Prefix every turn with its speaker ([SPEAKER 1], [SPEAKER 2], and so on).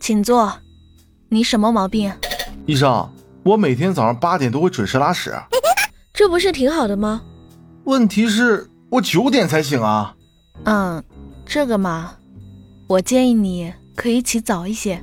[SPEAKER 1] 请坐。你什么毛病？
[SPEAKER 2] 医生，我每天早上八点都会准时拉屎，
[SPEAKER 3] 这不是挺好的吗？
[SPEAKER 2] 问题是我九点才醒啊。
[SPEAKER 1] 嗯，这个嘛，我建议你可以起早一些。